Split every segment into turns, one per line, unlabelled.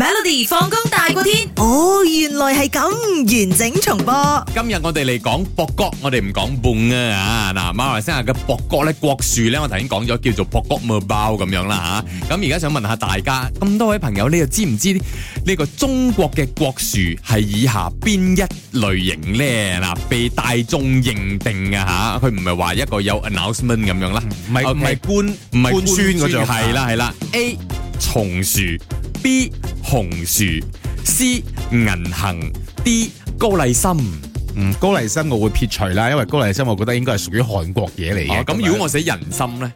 Melody 放工大過天，哦，原來係咁，完整重播。
今日我哋嚟講博角，我哋唔講半啊嗱，馬來西亞嘅博角咧，國樹咧，我頭先講咗叫做博角冇包咁樣啦
嗯
吓。咁而家想問下大家，咁多位朋友，你又知唔知呢個中國嘅國樹係以下邊一類型咧？嗱，被大眾認定嘅吓，佢唔係話一個有 announcement 咁樣啦，
唔係
OK，
唔係
官唔係
官宣嗰種啊
係啦係啦，A 松樹，B 紅樹，C 銀杏，D 高麗參。
嗯，高麗參我會撇除啦，因為高麗參我覺得應該係屬於韓國嘢嚟
哦
嘅。
咁如哦果我寫人參咧，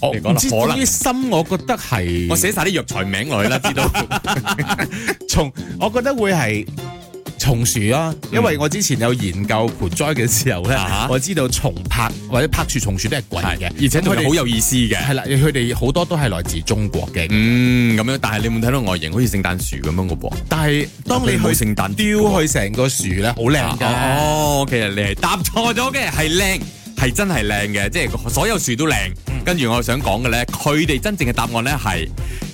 我
你講啦
唔知
可能
關於參，我覺得係
我寫晒啲藥材名落去 啦，知道
松，我覺得會係松樹啦，因為我之前有研究盆栽嘅時候咧
嗯啊哈，
我知道松柏或者柏樹、松樹都係貴
係
嘅，
而且仲係好有意思嘅。
係啦，佢哋好多都係來自中國嘅。
嗯，咁樣，但係你有冇睇到外形好似聖誕樹咁樣嘅噃？
但係當你
冇
去
聖誕節
雕去成個樹咧，好靚㗎。
哦，其實你係答錯咗嘅，係靚，係真係靚嘅，即係所有樹都靚。
嗯
跟住我想講嘅咧，佢哋真正嘅答案咧係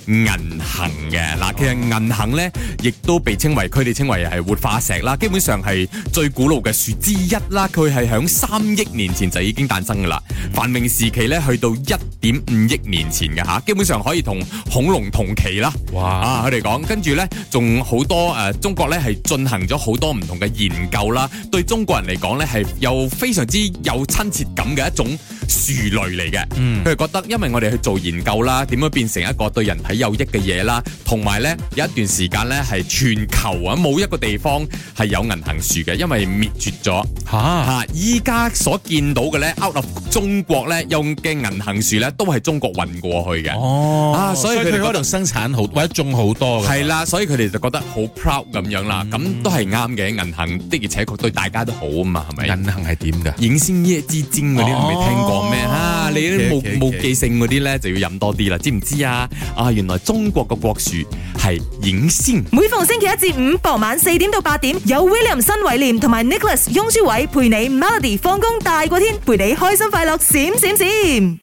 銀杏嘅。嗱，其實銀杏咧，亦都被稱為佢哋稱為係活化石啦，基本上係最古老嘅樹之一啦。佢係響三億年前就已經誕生噶啦，
嗯
繁榮時期咧去到一點五億年前嘅嚇，基本上可以同恐龍同期啦。
哇！
啊，佢哋講，跟住呢，仲好多誒、呃中國呢係進行咗好多唔同嘅研究啦，對中國人嚟講呢，係有非常之有親切感嘅一種樹類嚟嘅。
嗯
佢哋覺得，因為我哋去做研究啦，點樣變成一個對人體有益嘅嘢啦，同埋呢，有一段時間呢，係全球啊冇一個地方係有銀杏樹嘅，因為滅絕咗。
嚇
啊！依家所見到嘅呢 out of 中國呢，有嘅銀杏樹呢，都係中國運過去嘅。
哦
啊所以佢哋
佢嗰度生產好或者種好多㗎。
係啦，所以佢哋就覺得好 proud 咁樣
嗯
啦，咁、都係啱嘅。銀行的而且確對大家都好啊嘛，係咪？
銀杏係點㗎？
影仙椰之精嗰啲
哦
你未聽過咩？啊，你
嘅
都
嘅
冇冇
嘅
記性嗰啲咧，就要飲多啲啦，知唔知啊？啊，原來中國嘅國樹係影仙。
每逢星期一至五傍晚四點到八點，有 William 新偉廉同埋 Nicholas 雍舒偉陪你 Melody 放工大過天，陪你開心快樂閃閃閃。